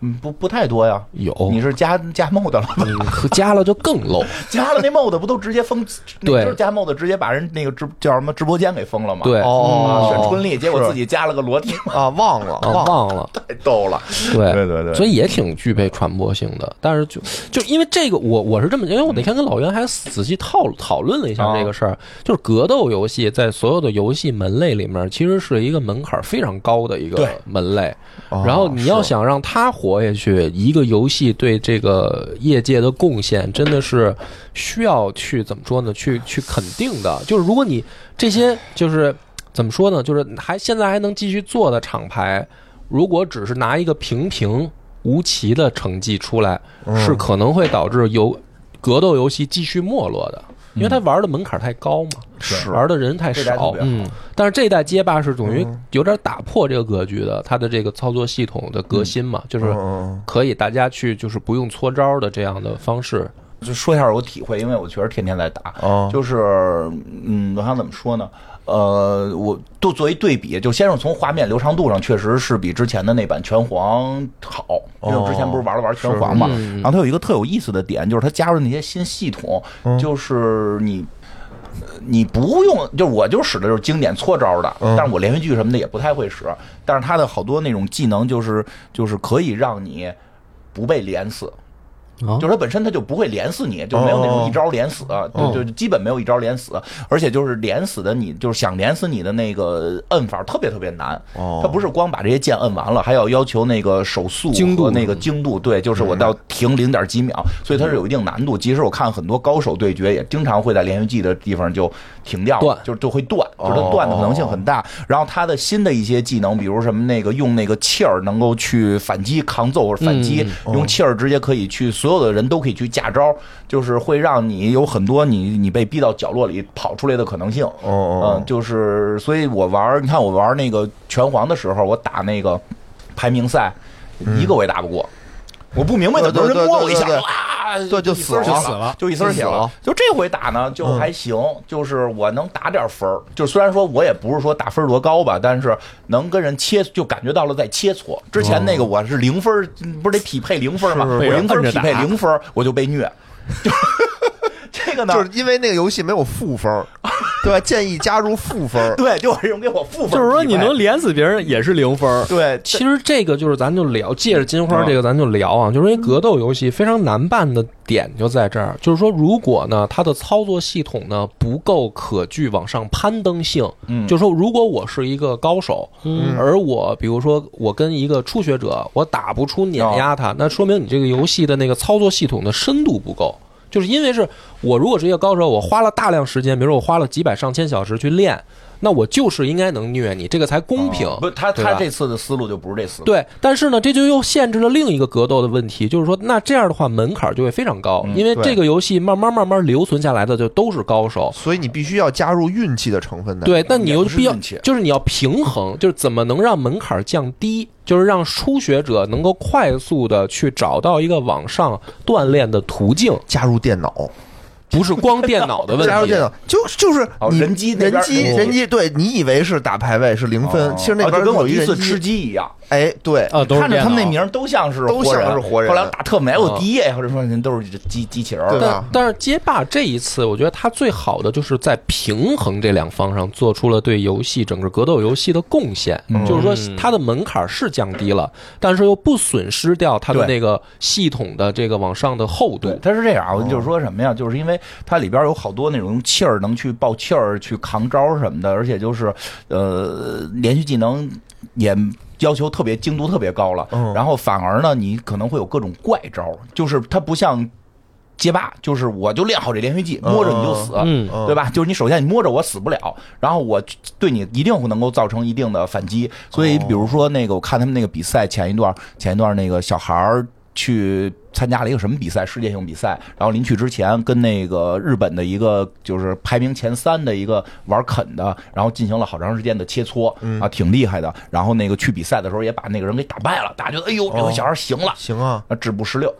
Speaker 4: 嗯不不太多呀。
Speaker 1: 有
Speaker 4: 你是加加 mod 了吧？
Speaker 1: 你和加了就更露，
Speaker 4: 加了那 mod 不都直接封？那
Speaker 1: 对
Speaker 4: 就是加 mod 直接把人那个直叫什么直播间给封了吗？
Speaker 1: 对，
Speaker 4: 啊，
Speaker 2: 哦，
Speaker 4: 选春丽，结果
Speaker 2: 是
Speaker 4: 自己加了个裸体，
Speaker 2: 啊忘了
Speaker 1: 啊
Speaker 2: 忘了，
Speaker 1: 忘了，
Speaker 4: 太逗了。
Speaker 1: 对
Speaker 4: 对对
Speaker 1: 所以也挺具备传播性的。但是就就因为这个，我我是这么，因为我那天跟老袁还仔细讨讨论了一下
Speaker 4: 啊
Speaker 1: 这个事儿，就是格斗游戏在所有的游戏门类里面，其实是一个门槛非常高的一个
Speaker 4: 对
Speaker 1: 门类。
Speaker 2: 哦
Speaker 1: 然后你要想让它活下去，一个游戏对这个业界的贡献，真的是需要去怎么说呢？去去肯定的。就是如果你这些就是怎么说呢？就是还现在还能继续做的厂牌，如果只是拿一个平平无奇的成绩出来，
Speaker 2: 嗯
Speaker 1: 是可能会导致游格斗游戏继续没落的。因为它玩的门槛太高嘛，
Speaker 2: 是
Speaker 1: 玩的人太
Speaker 4: 这代特
Speaker 1: 少
Speaker 4: 别，
Speaker 3: 嗯，
Speaker 1: 但是这一代街霸是等于
Speaker 2: 嗯
Speaker 1: 有点打破这个格局的，它的这个操作系统的革新嘛，就
Speaker 2: 嗯
Speaker 1: 是
Speaker 2: 嗯
Speaker 1: 可以大家去就是不用搓招的这样的方式。
Speaker 4: 就说一下我体会，因为我确实天天在打，
Speaker 2: 哦
Speaker 4: 就是嗯，我想怎么说呢？呃，我都作为对比，就先是从画面流畅度上，确实是比之前的那版拳皇好，因为我之前不是玩了玩拳皇嘛，然后它有一个特有意思的点，就是它加入那些新系统，就是你。你不用，就是我就使的就是经典搓招的，但是我连续剧什么的也不太会使，但是它的好多那种技能就是就是可以让你不被连死，
Speaker 3: 啊
Speaker 4: 就是它本身它就不会连死你，就没有那种一招连死，就就基本没有一招连死，而且就是连死的你就是想连死你的那个摁法特别特别难，
Speaker 2: 哦
Speaker 4: 它不是光把这些键摁完了，还要要求那个手速
Speaker 3: 精度
Speaker 4: 和那个精度，对，就是我到停零点几秒，所以它是有一定难度。即使我看很多高手对决，也经常会在连续技的地方就停掉，
Speaker 1: 断
Speaker 4: 就就会断，就是它断的可能性很大。然后它的新的一些技能，比如什么那个用那个气儿能够去反击抗揍或者反击，用气儿直接可以去所有的人都可以去架招，就是会让你有很多你你被逼到角落里跑出来的可能性。
Speaker 2: 哦哦
Speaker 4: 嗯，就是所以我玩儿，你看我玩儿那个拳皇的时候，我打那个排名赛，一个我也打不过。我不明白怎么
Speaker 2: 嗯对对
Speaker 4: 人
Speaker 2: 对
Speaker 4: 摸我一下，
Speaker 2: 对对
Speaker 4: 哇，
Speaker 2: 对就
Speaker 4: 一丝儿
Speaker 2: 死
Speaker 4: 血
Speaker 2: 了
Speaker 3: 就死了
Speaker 4: 就一丝儿血
Speaker 2: 就死
Speaker 4: 了
Speaker 2: 了。嗯
Speaker 4: 就这回打呢，就还行，就是我能打点分儿。就虽然说我也不是说打分儿多高吧，但是能跟人切，就感觉到了在切磋。之前
Speaker 2: 哦
Speaker 4: 那个我是零分儿，不是得匹配零分儿吗？
Speaker 3: 是
Speaker 4: 我
Speaker 3: 被人
Speaker 4: 零分儿
Speaker 3: 摁着
Speaker 4: 匹配
Speaker 3: 打
Speaker 4: 零分儿，我就被虐。 就这个呢，
Speaker 2: 就是因为那个游戏没有负分 儿，对吧？建议加入负分儿。
Speaker 4: 对，就是人给我负分儿匹配，
Speaker 3: 就是说你能连死别人也是零分儿，
Speaker 4: 对，
Speaker 1: 其实这个就是咱就聊，借着金花这个咱就聊啊，就是因为格斗游戏非常难办的点就在这儿，就是说如果呢它的操作系统呢不够可具往上攀登性，
Speaker 4: 嗯
Speaker 1: 就是说如果我是一个高手，
Speaker 2: 嗯
Speaker 1: 而我比如说我跟一个初学者，我打不出碾压
Speaker 4: 嗯
Speaker 1: 他，那说明你这个游戏的那个操作系统的深度不够。就是因为是我如果是一个高手，我花了大量时间，比如说我花了几百上千小时去练，那我就是应该能虐你，这个才公平。
Speaker 4: 哦不，他
Speaker 1: 对
Speaker 4: 他
Speaker 1: 吧
Speaker 4: 这次的思路就不是这思路。
Speaker 1: 对，但是呢，这就又限制了另一个格斗的问题，就是说，那这样的话门槛就会非常高，
Speaker 4: 嗯
Speaker 1: 因为
Speaker 2: 对
Speaker 1: 这个游戏慢慢慢慢留存下来的就都是高手。
Speaker 2: 所以你必须要加入运气的成分在。，
Speaker 1: 对，但你
Speaker 4: 也
Speaker 1: 有
Speaker 4: 不是
Speaker 1: 必要
Speaker 4: 运气，
Speaker 1: 就是你要平衡，就是怎么能让门槛降低，就是让初学者能够快速的去找到一个往上锻炼的途径，
Speaker 2: 加入电脑，
Speaker 1: 不是光电脑的问题。
Speaker 2: 加入电脑，就就是
Speaker 4: 哦
Speaker 2: 你
Speaker 4: 人机那边
Speaker 2: 人机
Speaker 4: 哦
Speaker 2: 人机，对你以为是打排位是零分
Speaker 4: 哦，
Speaker 2: 其实那
Speaker 4: 哦
Speaker 2: 边
Speaker 4: 就跟我
Speaker 2: 有
Speaker 4: 第
Speaker 2: 一
Speaker 4: 一
Speaker 2: 人
Speaker 4: 次吃
Speaker 2: 机，
Speaker 4: 鸡哦一样，
Speaker 2: 哎，对，
Speaker 3: 啊，都是
Speaker 4: 看着他们那
Speaker 3: 电脑
Speaker 4: 名儿都像是
Speaker 2: 都像是活人啊
Speaker 4: 后来我打特美，我
Speaker 1: 嗯
Speaker 4: 第一眼或者说人都是机机器人儿，
Speaker 2: 对
Speaker 1: 但
Speaker 2: 吧
Speaker 1: 但是街霸这一次，我觉得它最好的就是在平衡这两方上做出了对游戏整个格斗游戏的贡献，
Speaker 4: 嗯
Speaker 1: 就是说它的门槛是降低了，但是又不损失掉它的
Speaker 4: 对
Speaker 1: 那个系统的这个往上的厚
Speaker 4: 对
Speaker 1: 度，。
Speaker 4: 它是这样啊，就是说什么呀？就是因为它里边有好多那种气儿能去爆气儿、去扛招什么的，而且就是呃，连续技能也要求特别精度特别高了。
Speaker 2: 嗯
Speaker 4: 然后反而呢，你可能会有各种怪招，就是它不像街霸，就是我就练好这连续技，
Speaker 2: 嗯
Speaker 4: 摸着你就死。
Speaker 3: 嗯
Speaker 2: 嗯
Speaker 4: 对吧？就是你首先你摸着我死不了，然后我对你一定会能够造成一定的反击。所以比如说那个，我看他们那个比赛前一段，前一段那个小孩儿去参加了一个什么比赛，世界性比赛，然后临去之前跟那个日本的一个就是排名前三的一个玩啃的，然后进行了好长时间的切磋啊，挺厉害的。然后那个去比赛的时候也把那个人给打败了，大家觉得哎呦，这个小孩儿行了，
Speaker 2: 行啊，哦
Speaker 4: 啊，止步十六，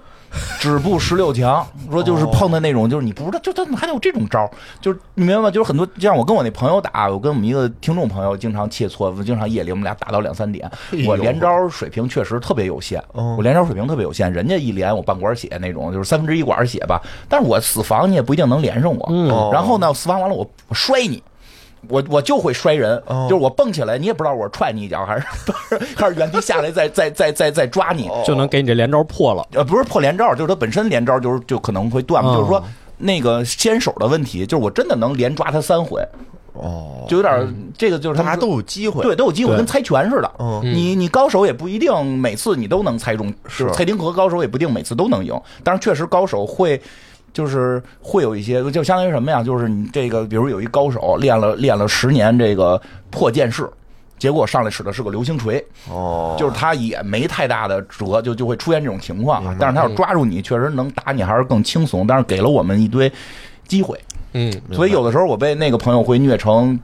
Speaker 4: 止步十六强，说就是碰到那种，就是你不知道，就他怎么还有这种招儿？就是你明白吗？就是很多，就像我跟我那朋友打，我跟我们一个听众朋友经常切磋，经常夜里我们俩打到两三点，我连招儿水平确实特别有限，
Speaker 2: 哎哦
Speaker 4: 我连招儿水平特别有限，人家一连我半管血那种，就是三分之一管血吧，但是我死防你也不一定能连上我，
Speaker 2: 哦
Speaker 4: 然后呢，死防完了我我摔你。我我就会摔人，
Speaker 2: 哦
Speaker 4: 就是我蹦起来，你也不知道我是踹你一脚还是 还是原地下来再再再再再抓你，
Speaker 3: 就能给你这连招破了。
Speaker 4: 呃，不是破连招，就是他本身连招就是就可能会断嘛，
Speaker 3: 嗯
Speaker 4: 就是说那个先手的问题，就是我真的能连抓他三回，
Speaker 2: 哦，
Speaker 4: 就有点儿这个就是他
Speaker 2: 大
Speaker 4: 们
Speaker 2: 家
Speaker 4: 说
Speaker 2: 都有机会，
Speaker 4: 对都有机会，
Speaker 3: 对
Speaker 4: 跟猜拳似的。
Speaker 2: 嗯
Speaker 4: 你你高手也不一定每次你都能猜中，就是猜丁和高手也不一定每次都能赢，但是确实高手会。就是会有一些，就相当于什么呀？就是你这个，比如有一高手练了练了十年这个破剑式，结果上来使的是个流星锤，
Speaker 2: 哦，
Speaker 4: 就是他也没太大的折，就就会出现这种情况啊
Speaker 2: 明白。
Speaker 4: 但是他要抓住你，确实能打你还是更轻松，但是给了我们一堆机会，
Speaker 1: 嗯，
Speaker 2: 白
Speaker 4: 所以有的时候我被那个朋友会虐成。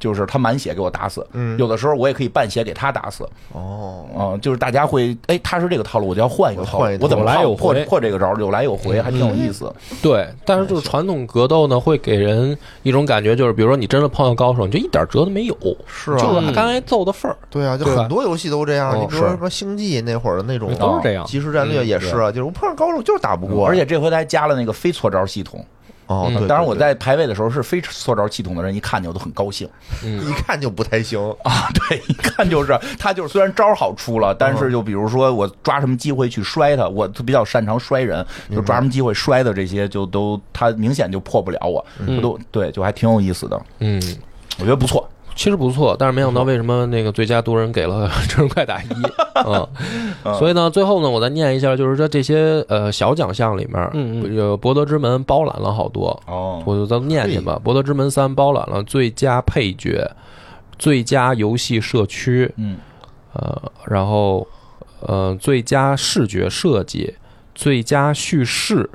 Speaker 4: 就是他满血给我打死，
Speaker 2: 嗯
Speaker 4: 有的时候我也可以半血给他打死，
Speaker 2: 哦，
Speaker 4: 嗯、就是大家会，哎，他是这个套路，我就要换一个套路，
Speaker 2: 换一个
Speaker 4: 我怎么
Speaker 3: 有来
Speaker 4: 套
Speaker 3: 有
Speaker 4: 破
Speaker 3: 回
Speaker 4: 破这个招儿，有来有回，
Speaker 2: 嗯
Speaker 4: 还挺有意思。
Speaker 1: 对。但是就是传统格斗呢，会给人一种感觉，就是比如说你真的碰到高手，你就一点辙都没有，
Speaker 2: 是
Speaker 1: 就
Speaker 2: 啊，
Speaker 1: 是刚才揍的份儿。
Speaker 2: 对啊，就
Speaker 1: 对吧
Speaker 2: 很多游戏都这样，
Speaker 4: 哦
Speaker 2: 你比如说
Speaker 4: 是
Speaker 2: 什么星际那会儿的那种
Speaker 3: 都是这样
Speaker 2: 即时战略也是啊，就是我碰上高手就是打不
Speaker 4: 嗯
Speaker 2: 过，
Speaker 4: 而且这回他还加了那个非错招系统，
Speaker 2: 哦，
Speaker 1: 嗯
Speaker 2: 嗯对对
Speaker 4: 当然我
Speaker 2: 对
Speaker 4: 在排位的时候是非错招系统的人，一看见我都很高兴。
Speaker 1: 嗯
Speaker 2: 一看就不太行，
Speaker 1: 哦
Speaker 4: 啊， 对，一看就是他，就是虽然招儿好出了，但
Speaker 1: 嗯
Speaker 4: 是就比如说我抓什么机会去摔他，我比较擅长摔人，就抓什
Speaker 1: 嗯
Speaker 4: 么机会摔的这些，就都他明显就破不了我，我都对，就还挺有意思的，
Speaker 1: 嗯，
Speaker 4: 我觉得不错。
Speaker 1: 其实不错，但是没想到为什么那个最佳多人给了 《真人快打一》嗯，所以呢，最后呢，我再念一下，就是说这些呃小奖项里面，
Speaker 3: 嗯
Speaker 1: 呃，博德之门包揽了好多，
Speaker 4: 哦
Speaker 1: 我就都念念吧。博德之门三包揽了最佳配角、最佳游戏社区，
Speaker 4: 嗯，
Speaker 1: 呃，然后呃最佳视觉设计、最佳叙事，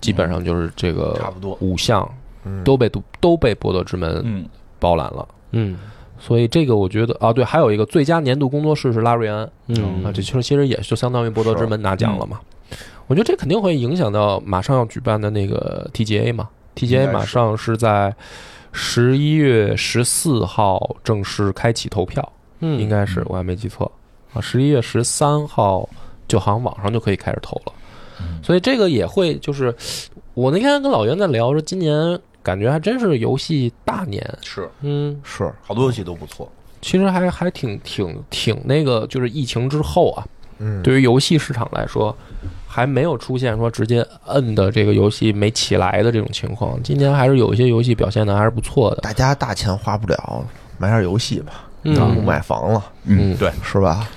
Speaker 1: 基本上就是这个
Speaker 4: 差不多
Speaker 1: 五项
Speaker 2: 嗯
Speaker 1: 都被都都被《博德之门》
Speaker 4: 嗯，
Speaker 1: 包揽了。
Speaker 3: 嗯
Speaker 1: 所以这个我觉得啊，对，还有一个最佳年度工作室是拉瑞安，
Speaker 3: 嗯
Speaker 1: 啊，这其实其实也就相当于《博德之门》拿奖了嘛。我觉得这肯定会影响到马上要举办的那个 TGA 嘛
Speaker 4: 应该
Speaker 1: ，TGA
Speaker 4: 是
Speaker 1: 马上是在十一月十四号正式开启投票，
Speaker 3: 嗯
Speaker 1: 应该是我还没记错啊，十一月十三号就好像网上就可以开始投了，
Speaker 4: 嗯
Speaker 1: 所以这个也会就是我那天跟老袁在聊说，今年感觉还真是游戏大年，
Speaker 4: 是
Speaker 1: 嗯，
Speaker 2: 是
Speaker 4: 好多游戏都不错，
Speaker 1: 其实还还挺挺挺那个，就是疫情之后啊，
Speaker 2: 嗯
Speaker 1: 对于游戏市场来说，还没有出现说直接摁的这个游戏没起来的这种情况。今年还是有一些游戏表现的还是不错的，
Speaker 2: 大家大钱花不了，买点游戏吧，不买房了
Speaker 1: 嗯
Speaker 4: 对，
Speaker 2: 是吧？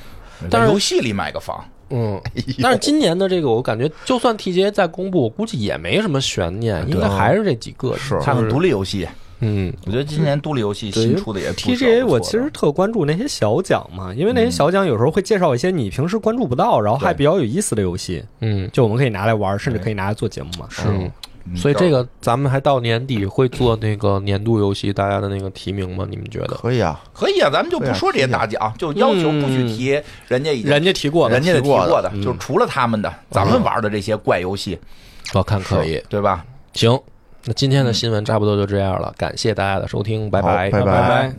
Speaker 1: 但嗯
Speaker 4: 在
Speaker 1: 是
Speaker 4: 游戏里买个房，
Speaker 1: 嗯。
Speaker 2: 哎
Speaker 1: 但
Speaker 2: 呦
Speaker 1: 是今年的这个，我感觉就算 TGA 再公布，我估计也没什么悬念，应该还是这几个。
Speaker 2: 是
Speaker 1: 就是
Speaker 4: 看看独立游戏，
Speaker 1: 嗯，
Speaker 4: 我觉得今年独立游戏新出的也不少
Speaker 3: ，TGA
Speaker 4: 不错
Speaker 3: 我
Speaker 4: 的嗯
Speaker 3: 其实特关注那些小奖嘛，因为那些小奖有时候会介绍一些你平时关注不到，然后还
Speaker 4: 对
Speaker 3: 比较有意思的游戏，
Speaker 1: 嗯
Speaker 3: 就我们可以拿来玩，甚至可以拿来做节目嘛。
Speaker 1: 是。
Speaker 3: 嗯
Speaker 4: 嗯
Speaker 1: 所以这个咱们还到年底会做那个年度游戏大家的那个提名吗？你们觉得？
Speaker 2: 可以啊，
Speaker 4: 可以啊，咱们就不说这些大奖，就要求不
Speaker 1: 嗯
Speaker 4: 许提人家已经
Speaker 3: 人家提过的
Speaker 4: 人家
Speaker 2: 提
Speaker 4: 提
Speaker 2: 过的
Speaker 4: 过的，就除了他们的，咱们玩的这些怪游戏，
Speaker 1: 我看可以。
Speaker 4: 对吧？
Speaker 2: 嗯
Speaker 1: 行，那今天的新闻差不多就这样了，感谢大家的收听，拜
Speaker 2: 好拜
Speaker 1: 拜
Speaker 2: 拜
Speaker 3: 拜拜。